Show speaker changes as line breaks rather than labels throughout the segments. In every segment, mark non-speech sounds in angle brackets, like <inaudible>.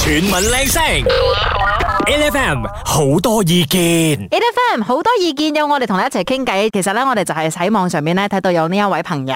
全民靚聲，LFM 好多意見。
A. F. M. 好多意見，有我哋同你一齊傾偈。其實咧，我哋就係喺網上面咧睇到有呢一位朋友，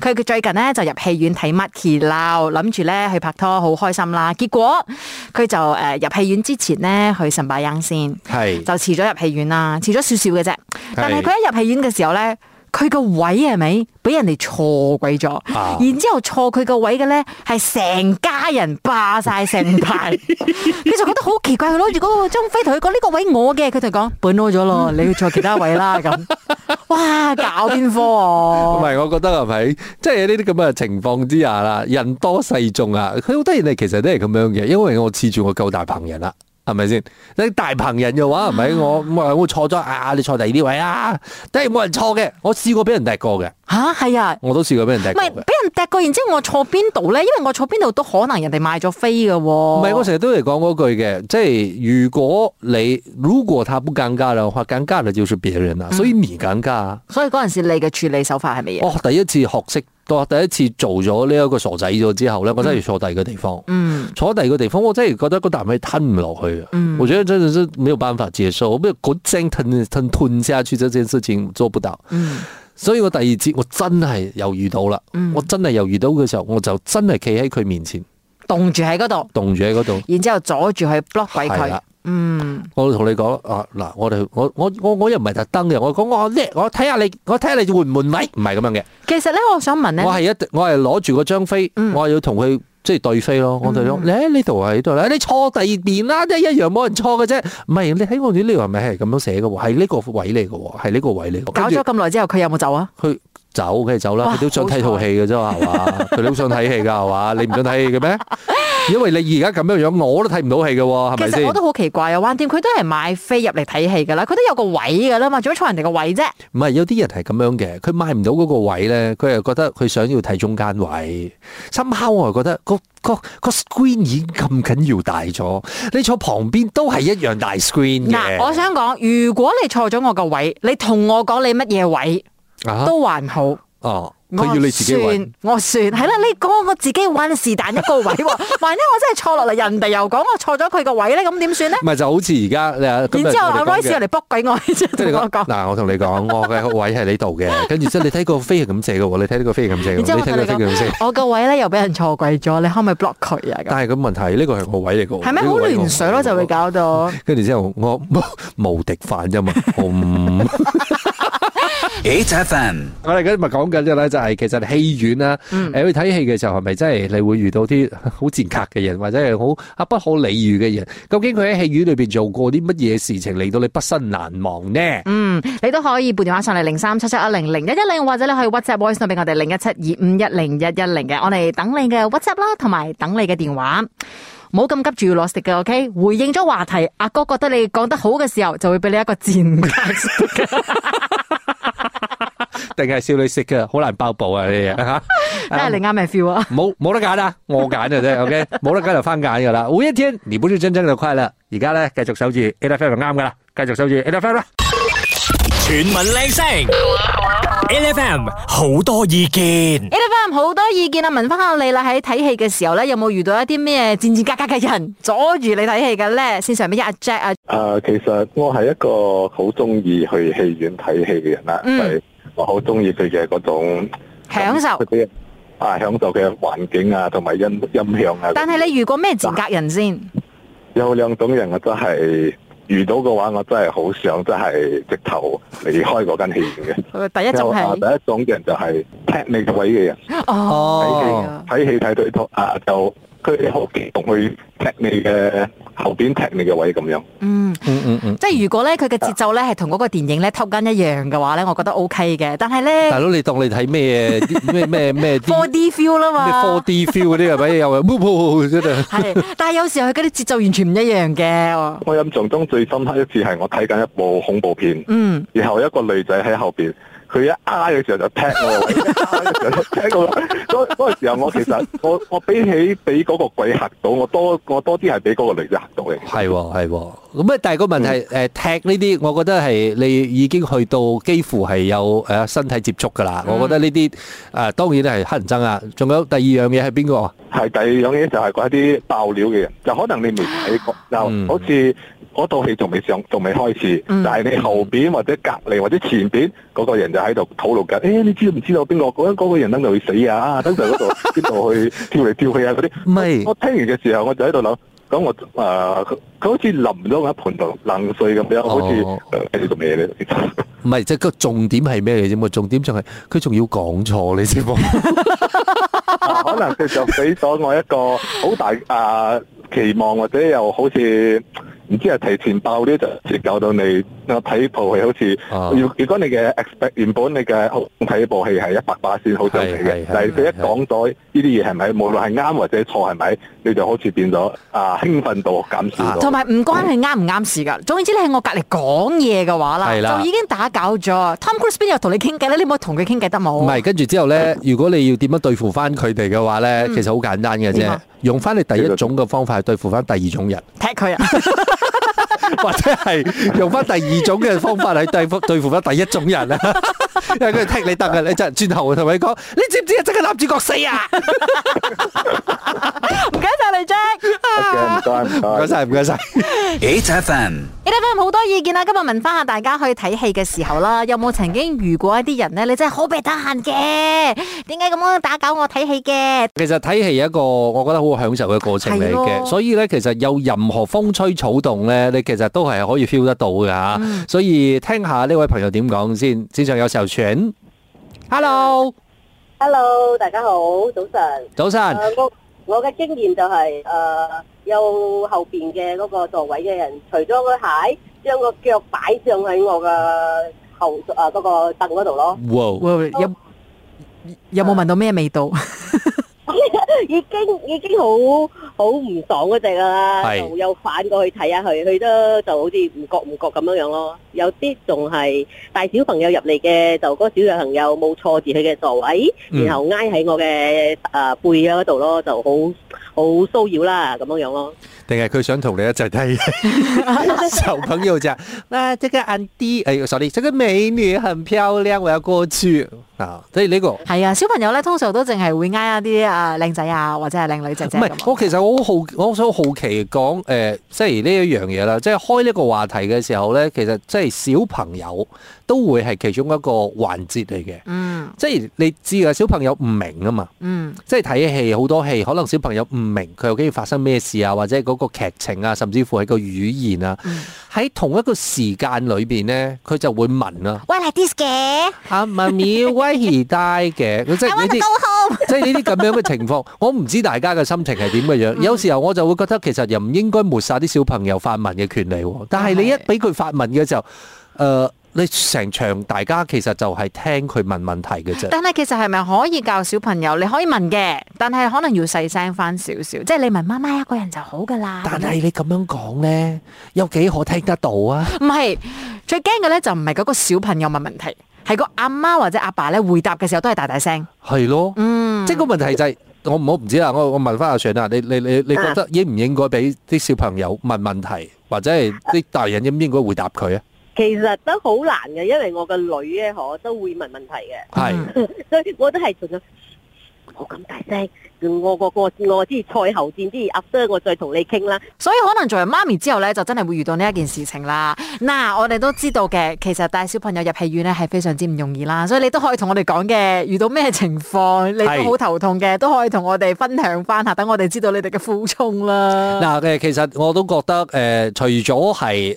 佢佢最近咧就入戲院睇《乜奇撈》，諗住咧去拍拖，好開心啦。結果佢就誒、呃入戲院之前咧去神拜恩先，
係
就遲咗入戲院啦，遲咗少少嘅啫。但係佢一入戲院嘅時候咧。佢個位係咪俾人哋錯鬼咗？
啊
然之後錯佢個位嘅咧，係成家人霸晒成排，
<laughs>
你就覺得好奇怪。佢攞住嗰個張飛同佢講呢個位我嘅，佢就講本攞咗
嗯
咯，你去坐其他位啦咁。
<laughs>
哇，搞邊科
唔
啊？
係，我覺得係咪？即係呢啲咁嘅情況之下啦，人多勢眾啊，佢好多人哋其實都係咁樣嘅，因為我恃住我夠大棚人啦。係咪先？你大棚人嘅話，係咪我我我錯咗啊？你坐第二啲位啦，但係冇人錯嘅。我試過俾人踢過嘅，
吓，係啊。
我都試過俾人踢
唔
過
係
嘅。
俾人趯過，然之後我坐邊度咧？因為我坐邊度都可能人哋買咗飛嘅喎。
唔
唔
係，我成日都嚟講嗰句嘅，即係如果你如果他不尷尬嘅話，尷尬嘅就是別人啦，所以你尷尬啊。
所以嗰陣時你嘅處理手法係乜嘢？
哦，第一次學識到，第一次做咗呢一個傻仔咗之後咧，我真係要坐第二個地方。
嗯，
坐第二個地方，我真係覺得嗰啖氣吞唔落去啊！我覺得真的是沒有辦法接受，我不嗰聲吞吞吞下去這件事情做不到。
嗯
所以我第二節我真係又遇到啦，我真係又遇到嘅時候，我就真係企喺佢面前，
凍住喺嗰度，
凍住喺嗰度。
然之後阻住佢 block 鬼
係
佢
啦。
嗯。
我同你講啊，嗱，我哋我我我我又唔係特登嘅，我講我叻，我睇下你，我睇下你換唔換位，唔係咁樣嘅。
其實咧，我想問咧
我，係一定，我係攞住嗰張飛，
嗯
我係要同佢即係對飛咯。我對咗，你喺呢度係呢度啦，你錯第二邊啦，即係一樣冇人錯嘅啫。唔係你喺我哋呢度係咪係咁樣寫嘅喎？係呢個位嚟嘅喎，係呢個位嚟嘅。
搞咗咁耐之後，佢有冇走啊？
跟住佢走，梗係走啦。
哇
佢都想睇套戲嘅啫，係嘛？佢都想睇戲㗎，係嘛？你唔想睇戲嘅咩？因為你而家咁樣樣，我都睇唔到戲嘅喎，係
其
咪
實
先
我？都好奇怪啊，橫掂佢都係買飛入嚟睇戲噶啦，佢都有個位噶啦嘛，做乜坐人哋個位啫？
唔係有啲人係咁樣嘅，佢買唔到嗰個位咧，佢又覺得佢想要睇中間位。深烤我又覺得個個個 screen 已經咁緊要大咗，你坐旁邊都係一樣大 screen 嘅。
嗱，我想講，如果你錯咗我個位，你同我講你乜嘢位
啊
都還好。
哦，
我
佢要你自己揾。
算，我算係啦。你講我自己揾是但一個位
<laughs>
喎，萬一我真係錯落嚟，人哋又講我錯咗佢個位咧，咁點算咧？
唔係就好似而家你啊，今
然
日我
之後阿
哋講
Royce 又
嘅
嚟卜鬼我，
即係
<laughs> 同
你
我
講
講。
嗱，我同你講，我嘅位係呢度
<laughs>
嘅，跟住之後你睇個飛係咁借嘅喎，你睇呢個飛係咁借嘅
然之
喎，
後
你
我同你
睇個飛係咁借嘅喎。
講， <laughs> 我個位咧又俾人錯鬼咗，你可唔可以 block 佢啊？咁
但係個問題，呢個係我位嚟嘅喎，
係咪
呢
好
個位我
亂水咯？就會搞到。
<laughs> 跟住之後，我無敵犯啫嘛，嗯
HFM
我哋今日講緊嘅咧，就係其實戲院啦，誒去睇戲嘅時候，係咪真係你會遇到啲好賤格嘅人，或者係好啊不可理喻嘅人？究竟佢喺戲院裏邊做過啲乜嘢事情，令到你畢生難忘呢？
嗯，你都可以撥電話上嚟零三七七一零零一一零，或者你可以 WhatsApp voice note 俾我哋零一七二五一零一一零嘅，我哋等你嘅 WhatsApp 啦，同埋等你嘅電話。唔好咁急住要攞食嘅，OK？回應咗話題，阿哥覺得你講得好嘅時候，就會俾你一個賤
<laughs>
格。 <laughs>
定係少女食嘅，好難爆煲啊！呢啲嘢嚇
睇下你啱咩 feel 啊？
<laughs> 冇冇得揀啊！我揀嘅啫，OK，冇得揀就翻揀噶啦。每一天，你本是真正嘅快樂。而家咧繼續守住 A F M 就啱噶啦，繼續守住 A F M 啦。
全民靚聲，LFM 好多意見。
A F M 好多意見啊，問翻下你啦，喺睇戲嘅時候咧，有冇遇到一啲咩戰戰格格嘅人阻住你睇戲嘅咧？線上邊一阿 Jack 啊，
誒、其實我係一個好中意去戲院睇戲嘅人啦，
嗯
就係我好中意佢嘅嗰種
享受
佢。嘅啊享受嘅環境啊，同埋音音響啊。
但係你遇過咩賤格人先？
有兩種人，我真係遇到嘅話，我真係好想真係直頭離開嗰間戲院嘅。
第 <laughs> 一種
啊
係
第一種人就係踢你個位嘅人，
哦，係
哦
啊
啊，
睇戲睇到啊就佢好激動去踢你嘅後邊踢你嘅位咁樣。
嗯。
嗯嗯嗯，
即係如果咧佢嘅節奏咧係同嗰個電影咧 Top Gun 一樣嘅話咧，我覺得 O K 嘅。但係咧
大佬你當你睇咩咩咩咩
<laughs> four D feel 啦
咩 four
嘛，
D feel 嗰啲係咪？又係 move 真係。
係，但係有時候佢嗰啲節奏完全唔一樣嘅。哦
我印象中最深刻一次係我睇緊一部恐怖片。
嗯，
然後一個女仔喺後邊，佢一挨嘅時候就踢我，一挨嘅時候就踢我。嗰嗰陣時候我其實我我比起俾嗰個鬼嚇到，我多我多啲係俾嗰個女仔嚇到嘅。
係喎係喎，咁啊，但係個問題誒、
嗯
踢呢啲，我覺得係你已經去到幾乎係有誒、身體接觸㗎啦。
嗯
我覺得呢啲誒當然係黑人憎啊。仲有第二樣嘢係邊個啊？
係第二樣嘢就係嗰啲爆料嘅人，就可能你未睇過，就
嗯
好似嗰套戲仲未上，仲未開始，
嗯
但係你後邊或者隔離或者前邊嗰個人就喺度討論緊，誒、你知唔知道邊個嗰嗰個人等陣會死啊啊？等陣嗰度 <laughs> 邊度去跳嚟跳去啊嗰啲。
唔係
我聽完嘅時候，我就喺度諗，咁我誒佢、佢好似淋咗我一盆冷冷水咁樣，好似
哦
誒你做咩咧？
唔係，即係個重點係咩嚟啫嘛？重點就係佢仲要講錯你
<laughs>
知冇？
啊可能佢就俾咗我一個好大啊期望，或者又好似唔知係提前爆啲就折教到你。我睇部戲好似，
啊
如、如果你嘅 expect 原本你嘅好睇部戲係一百巴先好想睇
係係係
嘅，但係佢一講咗呢啲嘢係咪，無論係啱或者錯係咪，你就好似變咗啊興奮度減
啊
少
同
咗。
埋唔關係啱唔啱事噶，總之你喺我隔離講嘢嘅話
係啦
啦，就已經打攪咗。Tom Cruise 邊有同你傾偈咧？你唔好同佢傾偈得
唔
冇？
係，跟住之後
<laughs>
咧，如果你要點樣對付翻佢哋嘅話咧，其實好簡單
嗯
嘅
點
啫
啊，
用翻你第一種嘅方法去對付翻第二種人，
踢佢啊！ <laughs>
<laughs> 或者係用翻第二種嘅方法去對付 <laughs> 對付翻第一種人啊。 <laughs> 因為佢哋踢你凳啊，你就轉頭同佢講，你知唔知啊？即刻男主角 <laughs> 死啊！
唔該晒你 Jack。
啊
唔該唔
唔該
該。
晒，唔該晒。
8FM,
A F M 好多意見啦，今日問翻下大家去睇戲嘅時候啦，有冇曾經遇過一啲人呢？你真係好被得閒嘅，點解咁樣打攪我睇戲嘅？
其實睇戲係一個我覺得好享受嘅過程嚟
係
嘅，
咯
所以咧其實有任何風吹草動咧，你其實都係可以 feel 得到嘅吓。所以聽下呢位朋友點講先，線上有時候選。Hello，
Hello，大家好，早晨。
早
诶、
晨。
我我嘅經驗就係呃有後边嘅嗰個座位嘅人，除咗個鞋，將個腳擺上喺我嘅後呃诶嗰、個凳嗰度咯，
哇！
有有冇聞到咩味道？
<laughs> 已經已經好好唔爽嗰只啦，
係
又又反過去睇下佢，佢都就好似唔覺唔覺咁樣樣咯。有啲仲係帶小朋友入嚟嘅，就嗰個小朋友冇錯住佢嘅座位。
嗯
然後挨喺我嘅诶、呃背嗰度咯，就好好騷擾啦，咁樣樣咯。
定係佢想同你一齊睇戲
<laughs>
小朋友講，那這個 Andy，哎呦，sorry，這個美女很漂亮，我要過去啊！即係呢個。
係啊，小朋友咧通常都淨係會挨一啲啊靚仔啊或者係靚女姐姐
唔係，
咁啊
我其實我好好，我想好奇講誒、呃即係呢一樣嘢啦，即係開呢個話題嘅時候咧，其實即係小朋友都會係其中一個環節嚟嘅。
嗯
即係你知嘅，小朋友唔明啊嘛，
嗯
即係睇戲好多戲，可能小朋友唔明佢究竟發生咩事啊，或者嗰個劇情啊，甚至乎係個語言啊，喺、同一個時間裏邊咧，佢就會問啊啦、
，Why like this 嘅
啊，阿媽咪威兒帶嘅，佢即
？I
係
want
呢
to
啲
go。home。
<laughs> 即係呢啲咁樣嘅情 <laughs> 況，我唔知大家嘅心情係點嘅樣。有時候我就會覺得其實又唔應該抹殺啲小朋友發問嘅權利喎。但係你一俾佢發問嘅時候，誒、你成場大家其實就係聽佢問問題嘅啫。
但係其實係咪可以教小朋友？你可以問嘅，但係可能要細聲翻少少，即係你問媽媽一個人就好噶啦。
但係你咁樣講呢，有幾可聽得到啊？
唔係最驚嘅咧，就唔係嗰個小朋友問問題，係個阿媽或者阿爸咧回答嘅時候都係大大聲。
係咯，
嗯，
即係個問題就係、我唔好唔知啦，我我問翻阿 s 啦，你你你你覺
啊
得應唔應該俾啲小朋友問問題，或者係
啊
啲大人應唔應該回答佢啊？
其實都好難嘅，因為我個女咧，我都會問問題嘅，
嗯
係。
所以我都係盡量唔好咁大聲。我個我我知賽後戰之後 after 我再同你傾啦。
所以可能做完媽咪之後咧，就真係會遇到呢一件事情啦。嗱，我哋都知道嘅，其實帶小朋友入戲院咧係非常之唔容易啦，所以你都可以同我哋講嘅，遇到咩情況你
係
都好頭痛嘅，都可以同我哋分享翻下，等我哋知道你哋嘅苦衷啦。
嗱誒，其實我都覺得誒、呃除咗係誒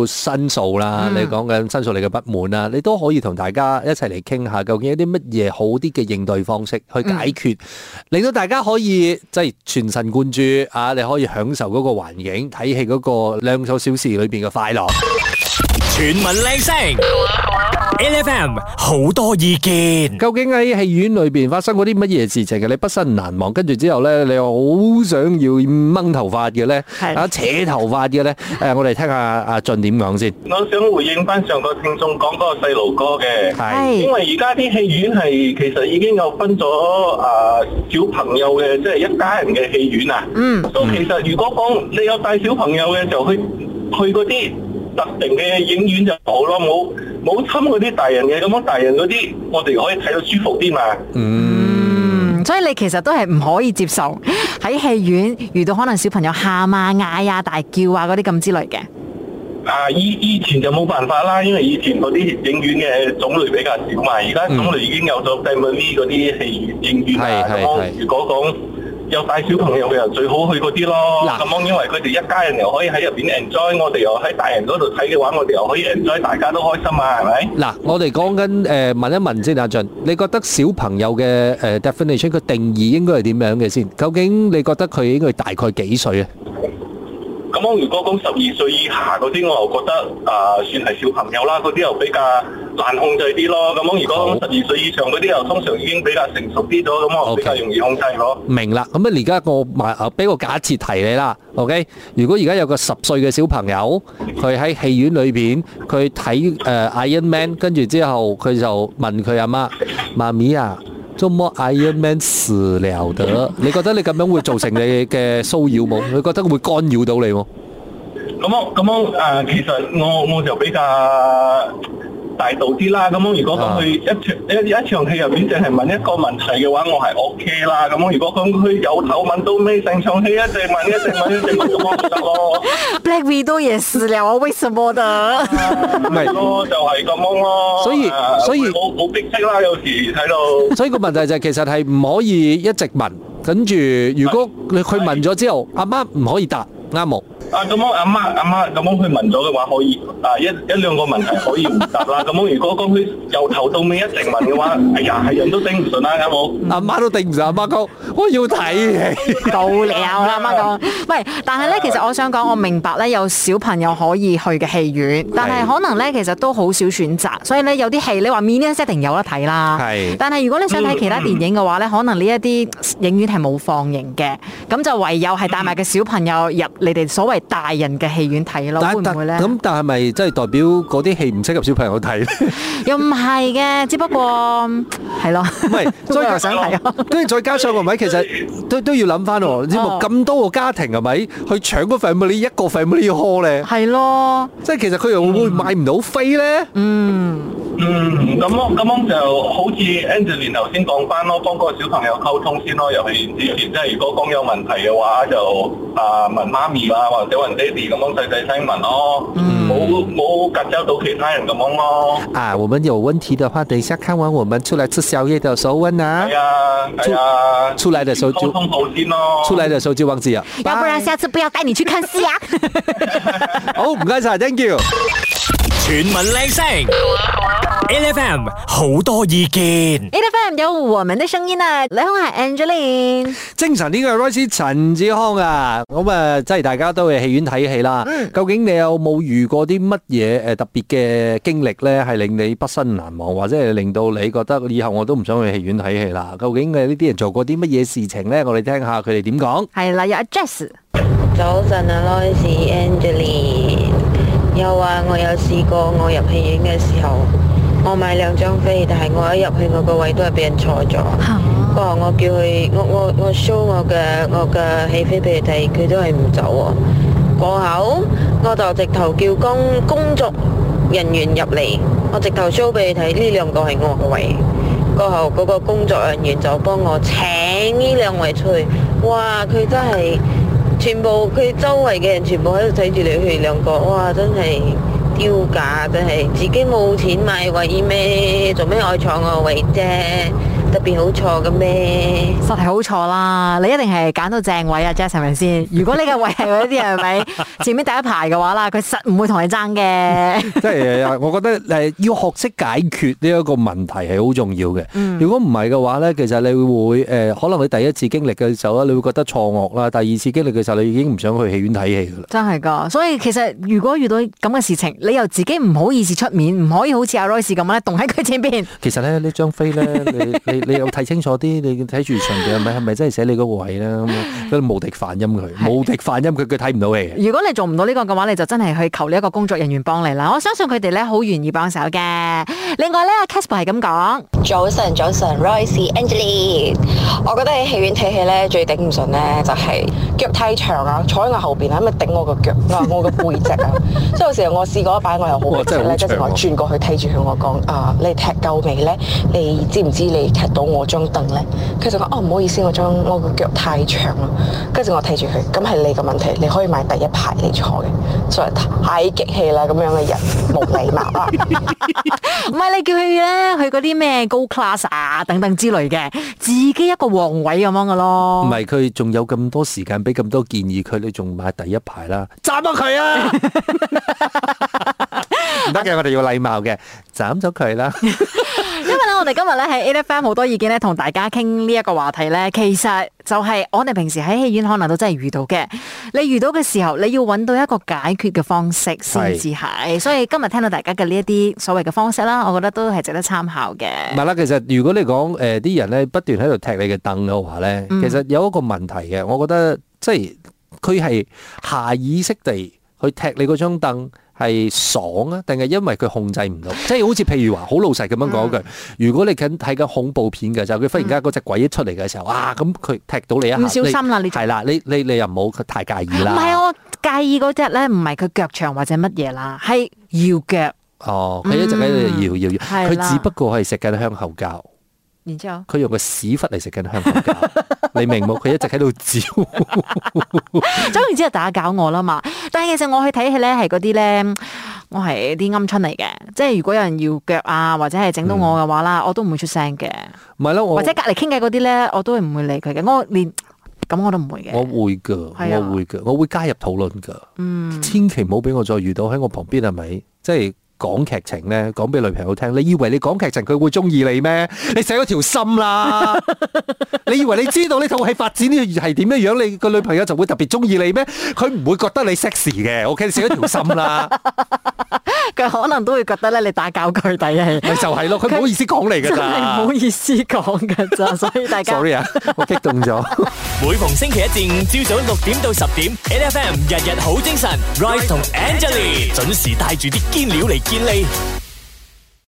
要申訴啦，
嗯
你講緊申訴你嘅不滿啦，你都可以同大家一齊嚟傾下，究竟有啲乜嘢好啲嘅應對方式去解
嗯
決，令到大家可以即係全神貫注啊！你可以享受嗰個環境，睇戲嗰個兩首小時裏邊嘅快樂。
chuyển mình lên sóng,8FM, nhiều ý kiến.
<laughs> 究竟喺戲院裏邊發生過啲乜嘢事情嘅，你畢生難忘？跟住之後咧，你又好想要掹頭髮嘅咧，
係
啊扯頭髮嘅咧，誒、我哋聽下阿俊點講先，
我想回應翻上個聽眾講嗰個細路哥嘅，
係。
因
係
為而家啲戲院係其實已經有分咗啊、小朋友嘅，即係一家人嘅戲院啊。
嗯，
所以其實如果講你有帶小朋友嘅時候，佢去嗰啲特定嘅影院就好咯，冇冇侵嗰啲大人嘅，咁樣大人嗰啲我哋可以睇到舒服啲嘛。
嗯，所以你其實都係唔可以接受喺戲院遇到可能小朋友喊啊、嗌啊、大叫啊嗰啲咁之類嘅。
啊，以以前就冇辦法啦，因為以前嗰啲影院嘅種類比較少嘛，而家種類已經有咗 family 嗰啲戲院影院啊，
嗯係係
咁樣
係
如果講有帶小朋友嘅人最好去嗰啲咯，
嗱
咁樣因為佢哋一家人又可以喺入邊 enjoy，我哋又喺大人嗰度睇嘅話，我哋又可以 enjoy，大家都開心啊，係咪？
嗱，我哋講緊誒問一問先，阿俊，你覺得小朋友嘅誒、呃 definition 佢定義應該係點樣嘅先？究竟你覺得佢應該大概幾歲啊？
咁我如果講十二歲以下嗰啲，我又覺得啊、算係小朋友啦，嗰啲又比較難控制啲咯。咁我如果講十二歲以上嗰啲，又通常已經比較成熟啲咗，咁我比較
OK
容易控制咯。
明啦，咁啊而家我埋啊俾個假設題你啦，OK？如果而家有個十歲嘅小朋友，佢喺戲院裏邊，佢睇誒 Iron Man，跟住之後佢就問佢阿媽：媽咪啊，做麼 Iron Man 死了得？你覺得你咁樣會造成你嘅騷擾冇？你覺得會干擾到你冇？
咁我咁我誒、呃其實我我就比較大度啲啦。咁我如果
啊
講佢一場一一場戲入面淨係問一個問題嘅話，我係 O K 啦。咁我如果講佢由頭問到尾，成場戲一直問一直問一直問，咁我唔得咯。
Black Widow 也是了啊，為什麼
<laughs>
的？
唔係
咯，就係啊咁樣咯。
所以
呃
所以
好好逼迫啦，有時睇到。
所以個問題就係其實係唔可以一直問，跟住如果佢佢問咗之後，阿媽唔可以答，啱冇？
啊，咁我阿媽阿媽咁樣佢問咗嘅話，可以啊一一兩個問題可以唔答啦。咁我如果講佢由頭到尾一直問嘅話，哎呀，係人都頂唔順啦，啱冇？
阿媽都頂唔順，阿媽講我要睇戲。
到了啦，啱啱講。喂，但係咧，其實我想講，我明白咧，有小朋友可以去嘅戲院，但係可能咧，其實都好少選擇，所以咧，有啲戲你話 mini 一定有得睇啦。
係
但係如果你想睇其他電影嘅話咧，可能呢一啲影院係冇放映嘅，咁就唯有係帶埋個小朋友入你哋所謂大人嘅戲院睇咯，
但
會唔會咧？
但咁但係咪即係代表嗰啲戲唔適合小朋友
<laughs>
睇咧？
又唔係嘅，只不過係咯，
唔係，
我又想睇啊！
跟住再加上係咪其實都都要諗翻喎？你知冇
哦
咁多個家庭係咪去搶個 family 一個 family hall 咧？
係咯，
即係其實佢又會買唔到飛咧？
嗯，
嗯，咁我咁樣就好似 Angeline 頭先講翻咯，幫個小朋友溝通先咯，尤其之前即係如果講有問題嘅話，就啊問媽咪啊，或者問爹哋咁樣細細聲問咯，
嗯
冇冇隔交到其他人咁樣咯。
啊，我們有問題的話，等一下看完我們出來吃宵夜的時候問啊
係。啊係啊，
出嚟嘅時候
<laughs>
就
溝通好先咯。
出來的時候就忘記啊。
要不然下次不要帶你去看戲啊！
好，唔該晒 t h a n k you。
chuyển mình lên sóng, LFM, nhiều ý kiến.
<laughs> A F M 有我們的聲音啊！你好，我係 Angeline。
精神呢個係 Royce 陳志康啊，咁啊，即係大家都去戲院睇戲啦。究竟你有冇遇過啲乜嘢呃誒特別嘅經歷咧，係令你畢生難忘，或者係令到你覺得以後我都唔想去戲院睇戲啦？究竟誒呢啲人做過啲乜嘢事情咧？我哋聽下佢哋點講。
係啦，有阿 Jess，
早晨啊，Lois Angeline，又話我有試過我入戲院嘅時候，我買兩張飛，但係我一入去我個位都係俾人坐咗。嗰下我叫佢，我我我 show 我嘅我嘅戲飛俾佢睇，佢都係唔走喎。過後我就直頭叫工工作人員入嚟，我直頭 show 俾佢睇，呢兩個係我嘅位。過後嗰個工作人員就幫我請呢兩位出去，哇！佢真係全部佢周圍嘅人全部喺度睇住你去兩個，哇！真係丟架，真係自己冇錢買位咩？做咩愛坐我位啫？特別好坐嘅咩？
實係好錯啦！你一定係揀到正位啊，Jess 係咪先？如果你嘅位係嗰啲係 <laughs> 咪前面第一排嘅話啦，佢實唔會同你爭 <laughs> 嘅。
即係呃我覺得誒要學識解決呢一個問題係好重要嘅。如果唔係嘅話咧，其實你會誒、呃可能你第一次經歷嘅時候咧，你會覺得錯愕啦；第二次經歷嘅時候，你已經唔想去戲院睇戲噶啦。
真係噶，所以其實如果遇到咁嘅事情，你又自 <laughs> 己唔好意思出面，唔可以好似阿 Royce 咁咧，棟喺佢前邊。
其實咧呢張飛咧，你你你你有睇清楚啲，你睇住牆嘅，咪係咪真係寫你嗰個位啦？咁樣嗰啲無敵泛音佢，
係
無敵泛音佢，佢睇唔到你嘅。
如果你做唔到呢個嘅話，你就真係去求呢一個工作人員幫你啦。我相信佢哋咧好願意幫手嘅。另外咧，Casper 係咁講，
早晨，早晨，Royce Angeline，我覺得喺戲院睇戲咧最頂唔順咧就係、腳太長啊，坐喺我後邊啊，咁咪頂我個腳， <laughs> 我話我個背脊啊，所以有時候我試過一擺我又好
哇真係好
咧，跟住
長啊
我
喎
轉過去睇住佢，我講啊，你踢夠未咧？你知唔知你踢到我張凳咧？佢就講哦，唔好意思，我張我個腳太長啦。跟住我睇住佢，咁係你嘅問題，你可以買第一排嚟坐嘅，所以太激氣啦，咁樣嘅人冇禮貌啊！
唔係你叫佢咧去嗰啲咩高 class 啊等等之類嘅，自己一個皇位咁樣嘅咯。
唔係佢仲有咁多時間俾咁多建議佢，你仲買第一排啦，斬咗佢啊！唔得嘅，我哋要禮貌嘅，斬咗佢啦。
因為咧，我哋今日咧喺 A F M 好多意見咧，同大家傾呢一個話題咧，其實就係我哋平時喺戲院可能都真係遇到嘅。你遇到嘅時候，你要揾到一個解決嘅方式先至係。所以今日聽到大家嘅呢一啲所謂嘅方式啦，我覺得都係值得參考嘅。
唔係啦，其實如果你講誒啲人咧不斷喺度踢你嘅凳嘅話咧，
嗯
其實有一個問題嘅，我覺得即係佢係下意識地去踢你嗰張凳。係爽啊，定係因為佢控制唔
<laughs>
到？即係好似譬如話，好老實咁樣講
嗯
一句，如果你緊睇緊恐怖片嘅時候，佢忽然間嗰只鬼一出嚟嘅時候，啊咁佢踢到你一下，
唔小心啦你就
係啦，你你你又唔好太介意
唔
啦。
係我介意嗰只咧，唔係佢腳長或者乜嘢啦，係搖腳，
哦，佢一直喺度搖搖搖，
嗯係啦
佢只不過係食緊香口膠。
然之後。
佢用個屎忽嚟食緊香港
<laughs>
膠，你明冇？佢一直喺度照，
<laughs> 總言之係打攪我啦嘛。但係其實我去睇戲咧係嗰啲咧，我係啲鵪鶉嚟嘅，即係如果有人要腳啊，或者係整到我嘅話啦，我都唔會出聲嘅，
唔係咯，嗯我
或者隔離傾偈嗰啲咧，我都係唔會理佢嘅，我連咁我都唔會嘅。
我會噶，
係啊
我會噶，我會加入討論噶。嗯，千祈唔好俾我再遇到喺我旁邊係咪？即係講劇情咧，講俾女朋友聽。你以為你講劇情佢會中意你
<laughs>
咩？你寫咗條心啦！你以為你知道呢套戲發展呢係點樣樣，你個女朋友就會特別中意你咩？佢唔會覺得你 sexy 嘅。OK，你寫咗條
<laughs>
心啦，
佢可能都會覺得咧，你打攪佢底係
咪就係咯。佢唔好意思講你
真
㗎
係唔
咋
好。意思講㗎
<laughs>
咋，所以大家
Sorry 啊，我激動咗。
<laughs>
<laughs>
每逢星期一至五朝早六點到十點，N F M 日日好精神，Rise 同 Angelie 準時帶住啲堅料嚟健利。